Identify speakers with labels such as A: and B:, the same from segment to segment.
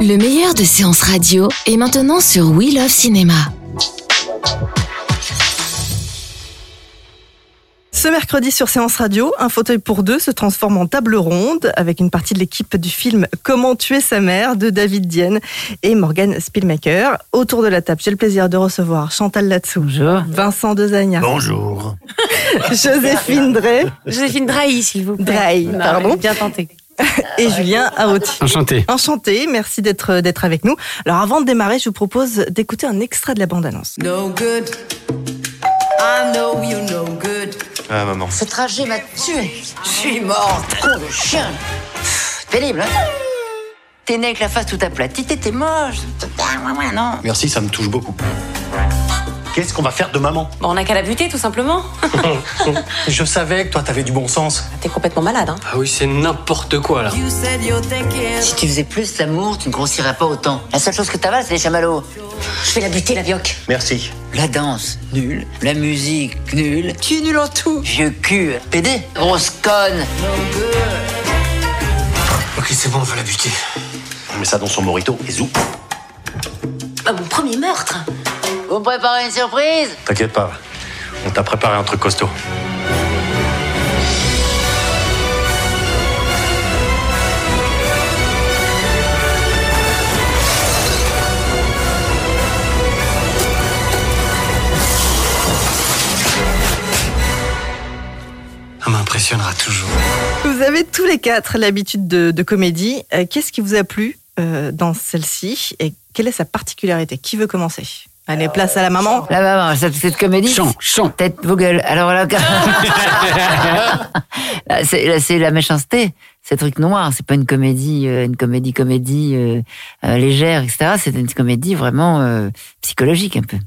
A: Le meilleur de séances radio est maintenant sur We Love Cinéma.
B: Ce mercredi sur Séance Radio, un fauteuil pour deux se transforme en table ronde avec une partie de l'équipe du film Comment tuer sa mère de David Dienne et Morgan Spielmaker. Autour de la table, j'ai le plaisir de recevoir Chantal Latsou, Vincent Dezagna,
C: Bonjour.
B: Joséphine Drey,
D: Joséphine Drahi, s'il vous plaît.
B: Drey,
D: Non,
B: pardon,
D: Bien tenté.
B: et Julien Arotti.
C: Enchanté.
B: Enchanté, merci d'être d'être avec nous. Alors avant de démarrer, je vous propose d'écouter un extrait de la bande-annonce.
E: No good. I know you no good.
F: Ah maman.
G: Ce trajet m'a tué.
E: Je suis morte.
G: Con de chien. Pff, Pénible, hein T'es né avec la face tout aplatie, t'étais moche. Ah, ouais, ouais, non.
F: Merci, ça me touche beaucoup. Qu'est-ce qu'on va faire de maman
D: Bon, on n'a qu'à la buter, tout simplement.
F: Je savais que toi t'avais du bon sens.
D: T'es complètement malade, hein.
C: Ah oui, c'est n'importe quoi là.
E: You said you're thinking.
G: Si tu faisais plus d'amour, tu ne grossirais pas autant. La seule chose que t'avales, c'est les chamallows.
D: Je vais la buter, la bioque.
F: Merci.
G: La danse, nulle. La musique, nulle.
E: Tu es nul en tout.
G: Vieux cul, pédé. Grosse conne.
C: Ok, c'est bon, on va la buter.
F: On met ça dans son morito et zou.
D: Ah, mon premier meurtre.
G: Vous me préparez une surprise
F: T'inquiète pas. On t'a préparé un truc costaud.
C: Ça m'impressionnera toujours.
B: Vous avez tous les quatre l'habitude de, de comédie. Euh, Qu'est-ce qui vous a plu euh, dans celle-ci et quelle est sa particularité Qui veut commencer
G: Euh,
B: Allez, place à la maman.
G: La maman, cette, cette comédie.
C: Chant, chant.
G: Tête, vos gueules. Alors là, là, c'est là, c'est la méchanceté. C'est un truc noir. C'est pas une comédie, euh, une comédie, comédie euh, euh, légère, etc. C'est une comédie vraiment euh, psychologique un peu.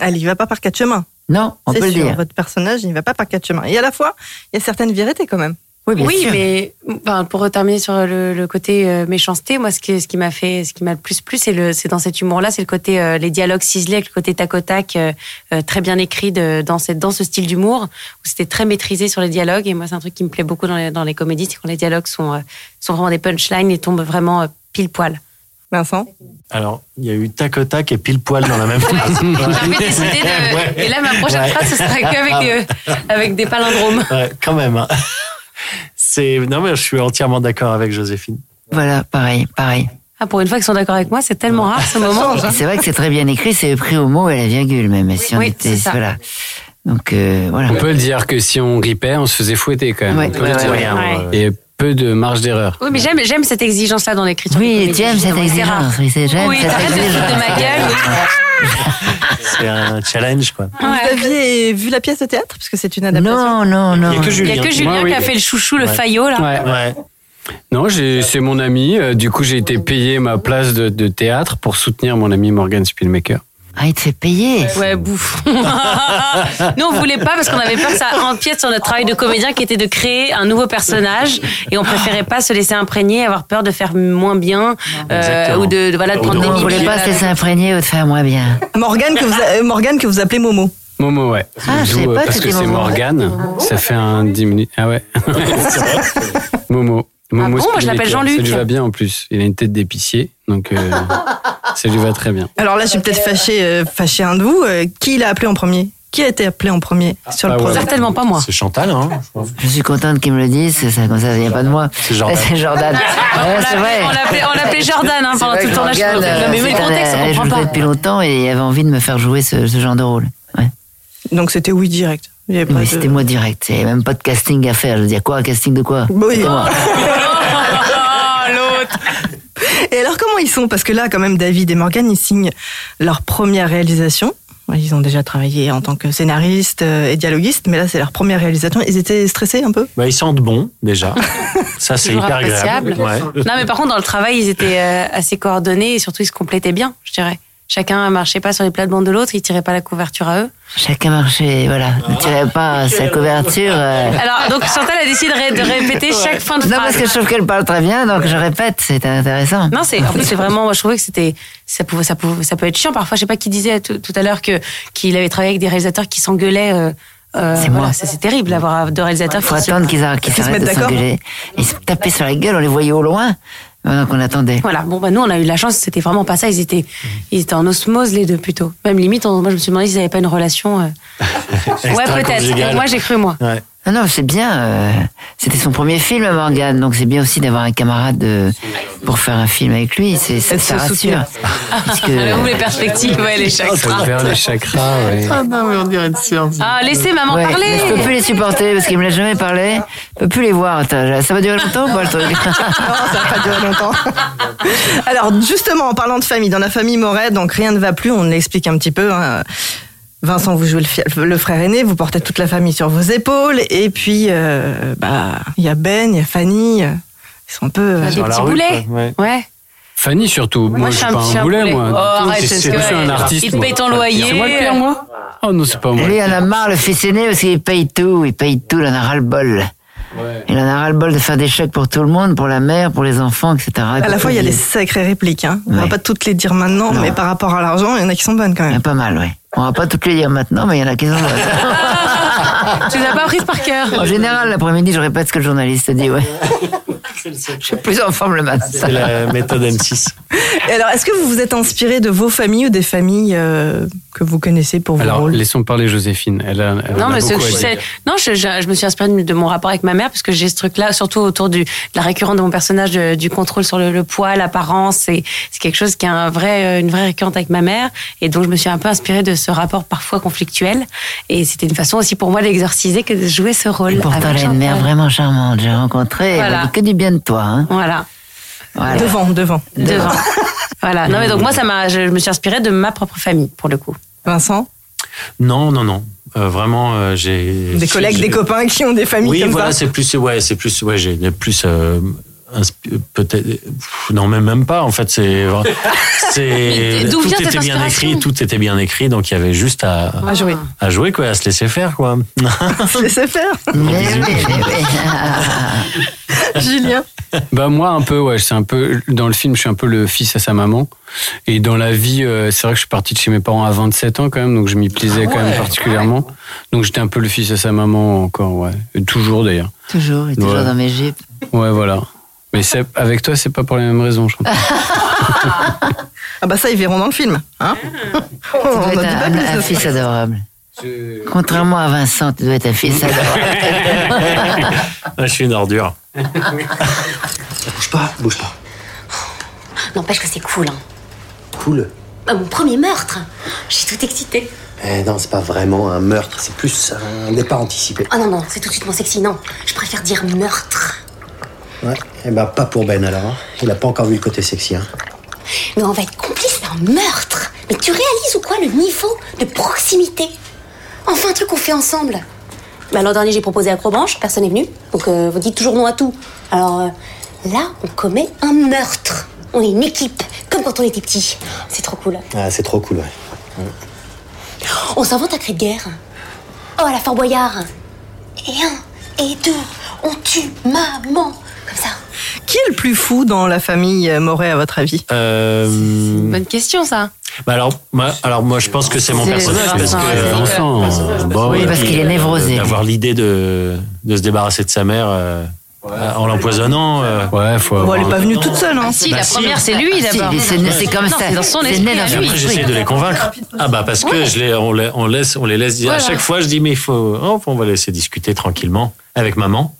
B: Allez, il va pas par quatre chemins.
G: Non, on
B: C'est
G: peut
B: sûr,
G: le dire.
B: votre personnage, il ne va pas par quatre chemins. Et à la fois, il y a certaines vérités quand même.
G: Oui, bien
D: oui,
G: sûr.
D: mais enfin, pour terminer sur le, le côté euh, méchanceté, moi, ce qui, ce qui m'a fait, ce qui m'a le plus plu, c'est le, c'est dans cet humour-là, c'est le côté euh, les dialogues ciselés, avec le côté tac au tac, euh, euh, très bien écrit de- dans cette, dans ce style d'humour où c'était très maîtrisé sur les dialogues. Et moi, c'est un truc qui me plaît beaucoup dans les, dans les comédies, c'est quand les dialogues sont, euh, sont vraiment des punchlines et tombent vraiment euh, pile poil.
B: Vincent
H: Alors, il y a eu tac au tac et pile poil dans la même phrase.
D: J'ai envie de décider de-
H: Ouais.
D: Et là, ma prochaine
H: Ouais.
D: phrase, ce sera qu'avec des, euh, avec des palindromes.
H: Ouais, quand même. hein. C'est non mais je suis entièrement d'accord avec Joséphine.
G: Voilà, pareil, pareil.
D: Ah, pour une fois qu'ils sont d'accord avec moi, c'est tellement rare ce moment.
G: Et C'est vrai que c'est très bien écrit. C'est pris au mot et à la virgule même. et si on
D: oui,
G: était,
D: c'est ça.
G: voilà. Donc euh, voilà.
I: On peut le dire que si on grippait, on se faisait fouetter quand même.
G: Ouais.
I: On peut le
G: Ouais,
I: dire.
G: ouais,
D: ouais.
I: Et peu de marge d'erreur.
D: Oui, mais j'aime, j'aime cette exigence-là dans l'écriture.
G: Oui,
D: des
G: tu
D: comédies.
G: aimes cette
D: Ouais, c'est rare.
G: exigence. Oui, c'est j'aime
D: Oui,
G: cette
D: t'arrêtes de
G: exigence.
D: foutre de ma gueule.
H: C'est un challenge quoi.
B: Vous
D: Ouais.
B: aviez vu la pièce de théâtre Parce que c'est une adaptation.
G: Non, non, non.
H: Il y a
D: Il
H: que
D: n'y
H: Julien.
D: a que Julien
I: Moi, oui.
D: qui a fait le chouchou, le
H: Ouais.
D: faillot, là.
I: Ouais.
H: Ouais.
I: Non, j'ai- c'est mon ami. euh, Du coup, j'ai été payé ma place de, de théâtre pour soutenir mon ami Morgan Spielmaker.
G: Ah, il te fait payer.
D: Ouais, bouffe. Nous, on voulait pas parce qu'on avait peur que ça empiète sur notre travail de comédien qui était de créer un nouveau personnage et on préférait pas se laisser imprégner, avoir peur de faire moins bien euh,
H: Exactement.
D: ou de, de- voilà de
H: Ou
D: prendre
H: de-
D: des
G: On
H: Oui,
G: voulait
D: mimiques,
G: pas
D: euh,
G: se laisser imprégner ou te faire moins bien.
B: Morgane, que vous a- euh, Morgane que vous appelez Momo.
I: Momo, ouais.
G: Ah, je
I: D'où,
G: savais
I: euh,
G: pas que
I: parce que
G: c'était
I: c'est
G: Momo.
I: Morgan. Ça fait un 10 minutes. Ah ouais. Momo. Momo
D: Ah bon, moi, je l'appelle
I: Spielmaker.
D: Jean-Luc.
I: Ça lui va bien en plus. Il a une tête d'épicier, donc euh, ça lui va très bien.
B: Alors là, je suis peut-être fâchée, euh, fâchée un de vous. Euh, qui l'a appelé en premier Qui a été appelé en premier sur le
G: bah
I: Ah ouais.
B: projet
D: Certainement pas moi.
H: C'est Chantal hein. je crois.
G: Je suis contente qu'ils me le disent, c'est ça, comme ça, ça vient pas de moi.
H: C'est Jordan.
G: C'est Jordan. Ouais,
D: On
G: c'est
D: l'appelait-
G: vrai.
D: on l'appelait- on l'appelait Jordan hein,
G: C'est
D: pendant
G: vrai
D: tout le
G: que
D: tournage.
G: Jordan, euh,
D: Non, mais le
G: c'est
D: contexte,
G: un-
D: on
G: je
D: comprend
G: le connais
D: pas.
G: depuis longtemps et il avait envie de me faire jouer ce, ce genre de rôle. Ouais.
B: Donc c'était oui direct. Il y avait pas
G: Mais
B: de-
G: c'était moi direct. Il n'y avait même pas de casting à faire. Je veux dire, quoi, casting de quoi
B: Oui.
G: C'était moi.
D: Oh, l'autre.
B: Et alors comment ils sont Parce que là, quand même, David et Morgan, ils signent leur première réalisation. Ouais, Ils ont déjà travaillé en tant que scénaristes euh, et dialoguistes, mais là c'est leur première réalisation. Ils étaient stressés un peu
H: Bah, ils sentent bon, déjà. Ça, c'est
D: Toujours
H: hyper agréable.
D: appréciable.
H: Ouais.
D: Non, mais par contre, dans le travail, ils étaient euh, assez coordonnés et surtout, ils se complétaient bien, je dirais. Chacun marchait pas sur les plates-bandes de l'autre, ils tiraient pas la couverture à eux.
G: Chacun marchait, voilà, ne tirait pas sa couverture. euh.
D: Alors, donc Chantal a décidé de, ré- de répéter chaque fin de
G: Non,
D: phrase.
G: parce que je trouve qu'elle parle très bien, donc je répète, c'est intéressant.
D: Non, c'est en plus c'est vraiment. Moi, je trouvais que c'était ça pouvait ça pouvait ça peut être chiant parfois. Je sais pas qui disait tout, tout à l'heure que qu'il avait travaillé avec des réalisateurs qui s'engueulaient. euh, euh,
G: C'est
D: voilà,
G: moi.
D: ça, c'est terrible d'avoir deux réalisateurs.
G: Il faut
D: qui se-
G: attendre qu'ils arr-
B: Qu'ils
G: qu'ils
B: se
G: s'arrêtent
B: mettent
G: de
B: d'accord.
G: s'engueuler. Ils se tapaient sur la gueule, on les voyait au loin, pendant qu'on attendait.
D: Voilà. Bon, bah nous, on a eu la chance. C'était vraiment pas ça. Ils étaient ils étaient en osmose les deux plutôt. Même limite, on- moi, je me suis demandé s'ils avaient pas une relation. euh, Ouais, peut-être.
H: Extra-conjugale.
D: Moi, j'ai cru moi.
H: Ouais.
G: Non, Ah non, c'est bien. euh, C'était son premier film, Morgane, donc c'est bien aussi d'avoir un camarade de- pour faire un film avec lui. C'est ça,
B: Elle se
G: ça
B: soutient.
G: rassure. Parce que-
D: Alors, Ah, les perspectives, ouais, les
I: Ah,
D: chakras.
I: Vers les chakras, ouais.
H: non, mais on dirait une séance.
D: Ah, laissez maman
G: Ouais,
D: parler.
G: mais je peux plus les supporter parce qu'il me l'a jamais parlé. Je peux plus les voir. Attends, Ça va durer longtemps ou pas le truc
B: Non, Ah, ça va pas durer longtemps. Alors justement, en parlant de famille, dans la famille Moret, donc rien ne va plus, on l'explique un petit peu. hein. Vincent, vous jouez le, fi- le frère aîné, vous portez toute la famille sur vos épaules, et puis euh, bah il y a Ben, il y a Fanny, euh, ils sont un peu. euh,
D: Des petits boulets. Ouais.
I: Fanny surtout. Moi, je suis pas
D: petit
I: un boulet, moi.
D: Oh, arrête,
I: C'est-
D: parce
I: c'est
D: que,
I: je suis un
D: ouais,
I: artiste.
D: Il te
I: moi.
D: paye ton loyer.
I: C'est moi le père, moi Oh non, c'est pas moi.
G: Lui, il en a marre, le fils aîné, parce qu'il paye tout, il paye tout, il en a ras-le-bol. Il en a ras-le-bol de faire des chèques pour tout le monde, pour la mère, pour les enfants, etc.
B: À la fois, il y a des sacrées répliques. Hein. On va
G: Ouais.
B: pas toutes les dire maintenant,
G: Non.
B: mais par rapport à l'argent, il y en a qui sont bonnes quand
G: Il y en
B: même.
G: a pas mal, oui. On va pas toutes les lire maintenant, mais il y en a qui sont là.
D: Tu les as pas prises par cœur.
G: En général, l'après-midi, je répète ce que le journaliste dit, ouais. Je suis plus en forme le matin.
H: C'est la méthode M6.
B: Et alors, est-ce que vous vous êtes inspiré de vos familles ou des familles euh, que vous connaissez pour vos
I: Alors,
B: rôles
I: laissons parler Joséphine. Elle a, elle en
D: Non,
I: a
D: mais ce que
I: beaucoup
D: je
I: à dire.
D: sais, non, je, je, je me suis inspirée de, de mon rapport avec ma mère parce que j'ai ce truc-là, surtout autour du, de la récurrente de mon personnage, de- du contrôle sur le, le poids, l'apparence. C'est c'est quelque chose qui a un vrai, euh, une vraie récurrente avec ma mère. Et donc, je me suis un peu inspirée de ce rapport parfois conflictuel. Et c'était une façon aussi pour moi d'exorciser que de jouer ce rôle.
G: Et pourtant,
D: avec
G: elle a une mère
D: Chantal.
G: vraiment charmante. J'ai rencontré, elle
D: Voilà.
G: m'a dit que du bien de toi. Hein.
D: Voilà.
G: Voilà.
B: Devant, devant.
D: Devant. voilà. Non, mais donc, moi, ça m'a, je, je me suis inspirée de ma propre famille, pour le coup.
B: Vincent,
H: Non, non, non. Euh, vraiment, euh, j'ai.
B: des collègues,
H: j'ai-
B: des copains qui ont des familles
H: Oui,
B: comme
H: voilà,
B: ça.
H: c'est plus, ouais, c'est plus, ouais, j'ai plus. euh, inspi- Peut-être pff, non mais même pas en fait c'est
D: Mais
H: c'est
D: d'où
H: tout
D: vient cette
H: était bien
D: inspiration
H: écrit tout était bien écrit donc il y avait juste à,
B: À jouer.
H: à jouer quoi à se laisser faire quoi
B: Je laissez faire.
G: Mais oui, mais oui.
B: Julien.
I: Bah moi un peu ouais, c'est un peu dans le film je suis un peu le fils à sa maman et dans la vie euh, c'est vrai que je suis parti de chez mes parents à 27 ans quand même donc je m'y plaisais quand même particulièrement. Donc j'étais un peu le fils à sa maman encore ouais, Et toujours d'ailleurs.
G: Toujours, il est toujours
I: Ouais.
G: dans mes jupes.
I: Ouais voilà. Mais c'est- avec toi c'est pas pour les mêmes raisons je crois.
B: Ah bah ça, ils verront dans le film. Hein
G: Tu
B: on
G: dois
B: n'en dit
G: être
B: pas
G: un,
B: plus.
G: un fils adorable. Contrairement à Vincent, tu dois être un fils adorable.
H: je suis une ordure
F: Bouge pas, bouge pas.
J: N'empêche que c'est cool. Hein.
F: Cool.
J: Ah, mon premier meurtre. Je suis tout excitée.
F: Eh non, c'est pas vraiment un meurtre, c'est plus un départ anticipé.
J: Ah non, non, c'est tout de suite moins sexy. Non, je préfère dire meurtre.
F: Ouais, eh ben pas pour Ben alors. hein. Il a pas encore vu le côté sexy. Hein.
J: Mais on va être complice d'un meurtre. Mais tu réalises ou quoi le niveau de proximité Enfin, un truc qu'on fait ensemble. Bah, L'an dernier, j'ai proposé Acrobranche, personne n'est venu. Donc, euh, vous dites toujours non à tout. Alors, euh, là, on commet un meurtre. On est une équipe, comme quand on était petit. C'est trop cool.
F: Ah, c'est trop cool, ouais.
J: On s'invente un cri de guerre. Oh, à la Fort Boyard. Et un, et deux, on tue maman. Comme ça.
B: Qui est le plus fou dans la famille euh, Moret, à votre avis
I: Mm.
H: Euh,
D: Bonne question, ça.
H: bah alors moi, alors moi je pense que c'est mon
D: C'est
H: personnage
D: Vincent,
H: parce que
D: ouais, c'est
I: Vincent, euh, bah
G: Oui,
I: ouais.
G: parce
H: puis,
G: qu'il est
H: euh,
G: névrosé.
H: D'avoir l'idée de, de se débarrasser de sa mère euh, en l'empoisonnant. euh,
I: Ouais, faut
B: Bon,
I: avoir
B: Elle n'est
I: un-
B: pas venue toute seule. Hein.
D: Si,
H: Bah,
D: la
H: si.
D: première, c'est lui
G: Si,
D: d'abord.
G: mais c'est- c'est comme
D: Non,
G: ça.
D: c'est dans son
G: C'est
D: esprit,
G: né dans
D: à
G: son
D: lui.
H: Après, j'essaie de les convaincre. Ah bah parce que je les, on, les, on laisse, on les laisse dire. À
D: Voilà.
H: chaque fois, je dis mais il faut, oh, on va laisser discuter tranquillement avec maman.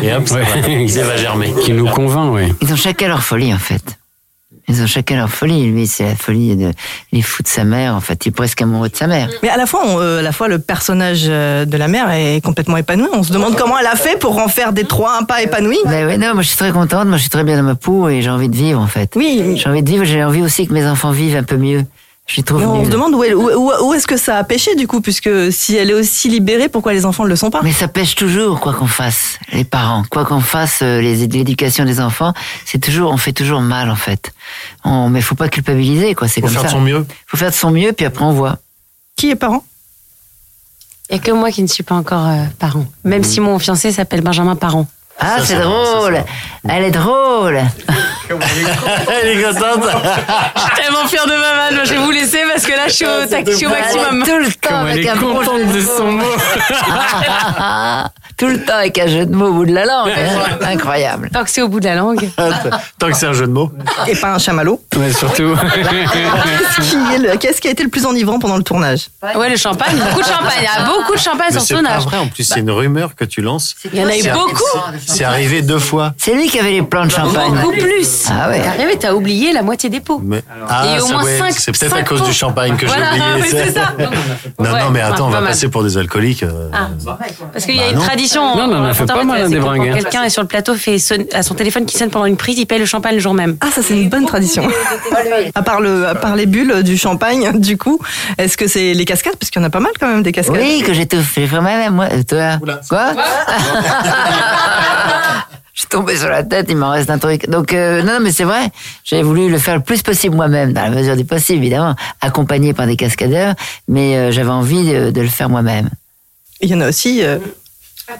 H: Et hop, ça
I: Ouais.
H: va. Ils va germer.
I: qui nous convainc ouais.
G: Ils ont chacun leur folie, en fait. Ils ont chacun leur folie. Lui, c'est la folie de. Il est fou de sa mère, en fait. Il est presque amoureux de sa mère.
B: Mais à la fois, on, euh, à la fois, le personnage euh, de la mère est complètement épanoui. On se demande comment elle a fait pour en faire des trois un pas épanoui.
G: Ben ouais, non, moi, je suis très contente. Moi, je suis très bien dans ma peau et j'ai envie de vivre, en fait.
B: Oui.
G: J'ai envie de vivre. J'ai envie aussi que mes enfants vivent un peu mieux. Je trouve
B: Mais on
G: nul.
B: se demande où, elle- où- où- où est-ce que ça a pêché du coup, puisque si elle est aussi libérée, pourquoi les enfants ne le sont pas
G: Mais ça pêche toujours, quoi qu'on fasse, les parents. Quoi qu'on fasse, euh, les l'éducation des enfants, c'est toujours, on fait toujours mal, en fait. On, mais faut pas culpabiliser, quoi. C'est
H: Faut
G: comme
H: faire de
G: ça.
H: son mieux.
G: Faut faire de son mieux, puis après on voit.
B: Qui est parent
D: Il n'y a que moi qui ne suis pas encore euh, parent. Même si mon fiancé s'appelle Benjamin Parent.
G: Ah, c'est drôle. Elle est drôle.
H: Elle est contente.
D: Je suis Ah, tellement fière de ma vanne. Moi, Je vais vous laisser parce que là, je suis au, tac- je suis au maximum.
G: Tout le temps
D: Comme elle
G: avec
D: est
G: un gros
D: contente
G: jeu
D: de son
G: mots. Tout le temps avec un jeu de mots au bout de la langue. hein. Incroyable.
D: Tant que c'est au bout de la langue.
H: Tant que c'est un jeu de mots.
B: Et pas un chamallow.
I: Mais surtout.
B: Qu'est-ce qui, est le- qu'est-ce qui a été le plus enivrant pendant le tournage
D: Ouais, le champagne, beaucoup de champagne. Il y a beaucoup de champagne sur
H: Mais
D: le
H: c'est pas
D: tournage.
H: vrai, en plus, c'est une rumeur que tu lances.
D: Il y en a eu
H: C'est-
D: beaucoup.
H: C'est arrivé deux fois.
G: C'est lui qui avait les plans de champagne.
D: Beaucoup plus.
G: Ah ouais.
D: T'arrives et t'as oublié la moitié des pots.
H: Mais, Ah,
D: Et au
H: ça,
D: moins
H: ouais,
D: cinq-
H: c'est peut-être
D: cinq
H: à cause
D: pots.
H: du champagne que
D: Voilà,
H: j'ai oublié.
D: oui, c'est ça. Donc,
H: Non,
D: ouais,
H: non, mais attends, on
D: pas
H: va
D: mal.
H: passer pour des alcooliques. euh,
D: Ah. Parce qu'il y a
H: Bah
D: une
H: non.
D: tradition.
H: Non, non, on a fait
D: Quand,
H: pas
D: en
H: mal, hein,
D: c'est
H: des
D: quand- quand
H: bringues, hein.
D: Quelqu'un est sur le plateau, fait sonne- à son téléphone qui sonne pendant une prise, il paye le champagne le jour même.
B: Ah, ça c'est une bonne tradition. à part le, à part les bulles du champagne, du coup, est-ce que c'est les cascades Parce qu'il y en a pas mal quand même des cascades.
G: Oui, que j'ai tout fait moi-même, moi. Euh, Toi, quoi
I: Ah.
G: Je suis tombée sur la tête, il m'en reste un truc. Donc, euh, non, non, mais c'est vrai, j'ai voulu le faire le plus possible moi-même, dans la mesure du possible, évidemment, accompagné par des cascadeurs, mais euh, j'avais envie de, de le faire moi-même.
B: Il y en a aussi. euh,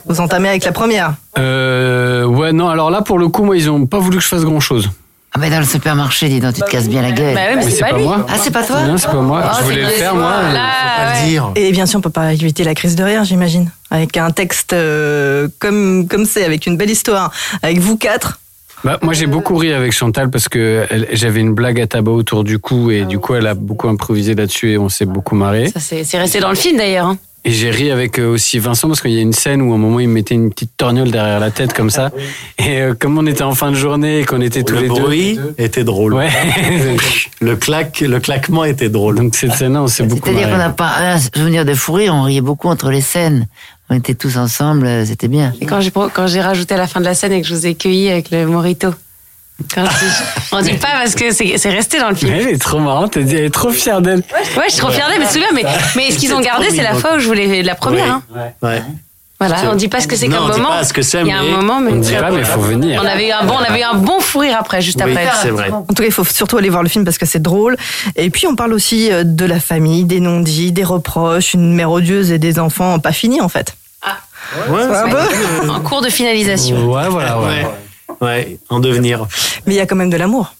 B: vous entamez avec la première.
I: Euh, ouais, non, alors là, pour le coup, moi, ils ont pas voulu que je fasse grand chose.
G: Ah, mais dans le supermarché, dis donc, tu te casses bien la gueule.
I: Bah oui, mais Mais c'est c'est pas pas lui. moi.
G: Ah, c'est pas toi
I: Non, c'est pas moi.
G: Oh,
I: je voulais
G: c'est
I: le
G: pas-
I: faire, moi.
G: c'est pas-
I: mais faut pas le dire.
B: Et bien sûr, on peut pas éviter la crise de rire, j'imagine. Avec un texte euh, comme comme c'est, avec une belle histoire, avec vous quatre.
I: Bah, moi, j'ai beaucoup ri avec Chantal parce que elle- j'avais une blague à tabac autour du cou et du coup, elle a beaucoup improvisé là-dessus et on s'est beaucoup marré.
D: Ça, c'est c'est resté dans le film d'ailleurs. hein.
I: Et j'ai ri avec euh, aussi Vincent parce qu'il y a une scène où à un moment il me mettait une petite torgnole derrière la tête comme ça. Et euh, comme on était en fin de journée et qu'on était tous
H: Le
I: les deux.
H: bruit était drôle.
I: Ouais.
H: le, claque, le claquement était drôle.
I: Donc cette scène-là, on s'est beaucoup
G: C'est-à-dire
I: marré.
G: qu'on n'a pas un souvenir de fou rire, on riait beaucoup entre les scènes. On était tous ensemble, euh, c'était bien.
D: Et quand j'ai pro- quand j'ai rajouté à la fin de la scène et que je vous ai cueilli avec le morito. Quand je dis- on dit pas parce que c'est c'est resté dans le film.
I: Mais elle est trop marrante, elle dit- elle est trop fière d'elle.
D: Ouais, je suis trop fière d'elle, mais tu te souviens, mais, mais ce qu'ils ont
I: C'est
D: gardé,
I: trop
D: c'est la
I: mignon.
D: fois où je voulais la première.
H: Ouais.
D: hein.
H: Ouais.
D: Voilà, on dit pas ce que c'est
H: Non,
D: qu'un
H: on dit
D: moment.
H: pas ce que c'est,
D: Il y a un
H: mais-
D: moment, mais
H: on dit pas, mais faut venir.
D: On avait eu un bon, on avait eu un bon fou rire après, juste
H: Oui,
D: après.
H: c'est vrai.
B: En tout cas, il faut surtout aller voir le film parce que c'est drôle. Et puis, on parle aussi euh, de la famille, des non-dits, des reproches, une mère odieuse et des enfants pas finis en fait.
D: Ah.
H: Ouais,
B: c'est un peu.
D: En cours de finalisation.
I: Ouais, voilà, ouais.
H: Ouais, en devenir.
B: Mais il y a quand même de l'amour.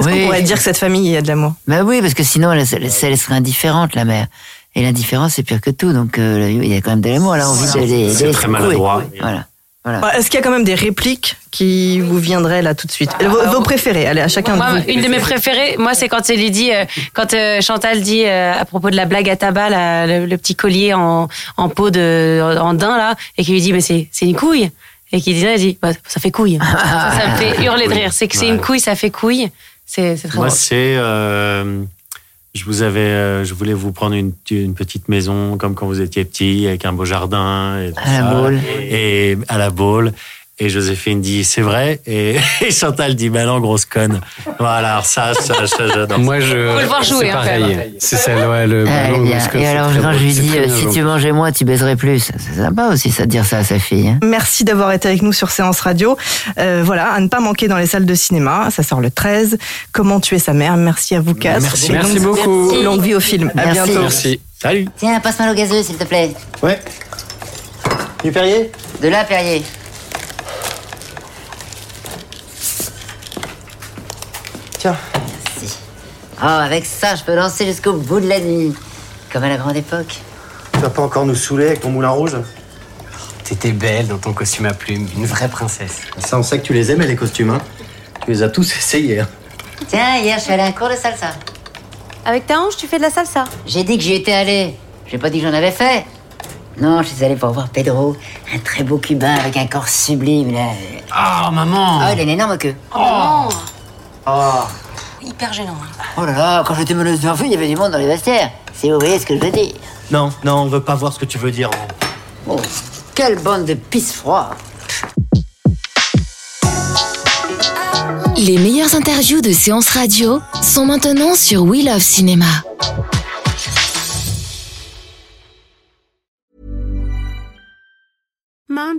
B: Est-ce
G: Oui.
B: qu'on pourrait dire que cette famille, il y a de l'amour
G: Bah oui, parce que sinon, elle, elle- elle serait indifférente, la mère. Et l'indifférence, c'est pire que tout. Donc, euh, il y a quand même de l'amour. Là, on vit de- de-
H: C'est
G: de-
H: très
G: de-
H: maladroit.
G: oui, Voilà. voilà.
B: Bah, Est-ce qu'il y a quand même des répliques qui vous viendraient là tout de suite Vos, vos préférés, allez, à chacun
D: Ah, bah, Moi,
B: de vous.
D: une de mes préférées, moi, c'est quand elle dit, euh, quand euh, Chantal dit euh, à propos de la blague à tabac, la- le, le petit collier en, en peau de en, en daim là, et qui lui dit mais c'est c'est une couille, et qui dit, elle dit bah, ça fait couille. ça, ça me fait hurler de rire. C'est que c'est une couille, ça fait couille. C'est c'est très
H: Moi,
D: drôle.
H: c'est. euh, je vous avais, euh, je voulais vous prendre une, une petite maison comme quand vous étiez petit, avec un beau jardin. Et tout
G: À la
H: ça.
G: Baule.
H: Et à la boule. Et Joséphine dit c'est vrai. Et, et Chantal dit bah non grosse conne. Voilà, alors ça, ça, ça j'adore.
I: Moi, je.
D: Faut le voir jouer,
I: C'est
D: hein, quand même. Euh,
I: pareil. C'est celle, ouais, le
G: Ah,
I: ballon.
G: bien.
I: parce que
G: Et
I: c'est
G: alors,
I: très
G: quand je
I: drôle.
G: lui
I: C'est
G: dis,
I: très
G: euh,
I: bien
G: si
I: joué.
G: tu mangeais moi, tu baiserais plus. C'est sympa aussi, ça, de dire ça à sa fille. hein.
B: Merci d'avoir été avec nous sur Séance Radio. Euh, voilà, à ne pas manquer dans les salles de cinéma. Ça sort le 13. Comment tuer sa mère Merci à vous quatre.
I: Merci.
B: Et
I: Merci
B: longue-
I: beaucoup.
B: et Longue vie au film. À
G: Merci.
B: bientôt.
I: Merci.
H: Salut.
G: Tiens, passe-moi l'eau gazeuse, s'il te plaît.
F: Ouais. Du Perrier
G: De là, Perrier.
F: Tiens.
G: Merci. Oh, avec ça, je peux danser jusqu'au bout de la nuit. Comme à la grande époque.
F: Tu vas pas encore nous saouler avec ton moulin rouge
C: T'étais belle dans ton costume à plumes, une vraie princesse.
F: Ça, on sait que tu les aimais, les costumes, hein Tu les as tous essayés. hein.
G: Tiens, hier, je suis allée à un cours de salsa.
J: Avec ta hanche, tu fais de la salsa.
G: J'ai dit que j'y étais allée. J'ai pas dit que j'en avais fait. Non, je suis allée pour voir Pedro, un très beau Cubain avec un corps sublime. Là.
C: Oh maman
G: Ah, il a une énorme queue.
J: Oh.
G: Oh,
J: Hyper gênant. hein.
G: oh là là, quand j'étais meneuse d'un feu, il y avait du monde dans les vestiaires. Si vous voyez ce que je veux dire.
F: Non, non, on veut pas voir ce que tu veux dire.
G: Oh, quelle bande de pisse froid.
A: Les meilleures interviews de séances radio sont maintenant sur We Love Cinéma.
K: Mom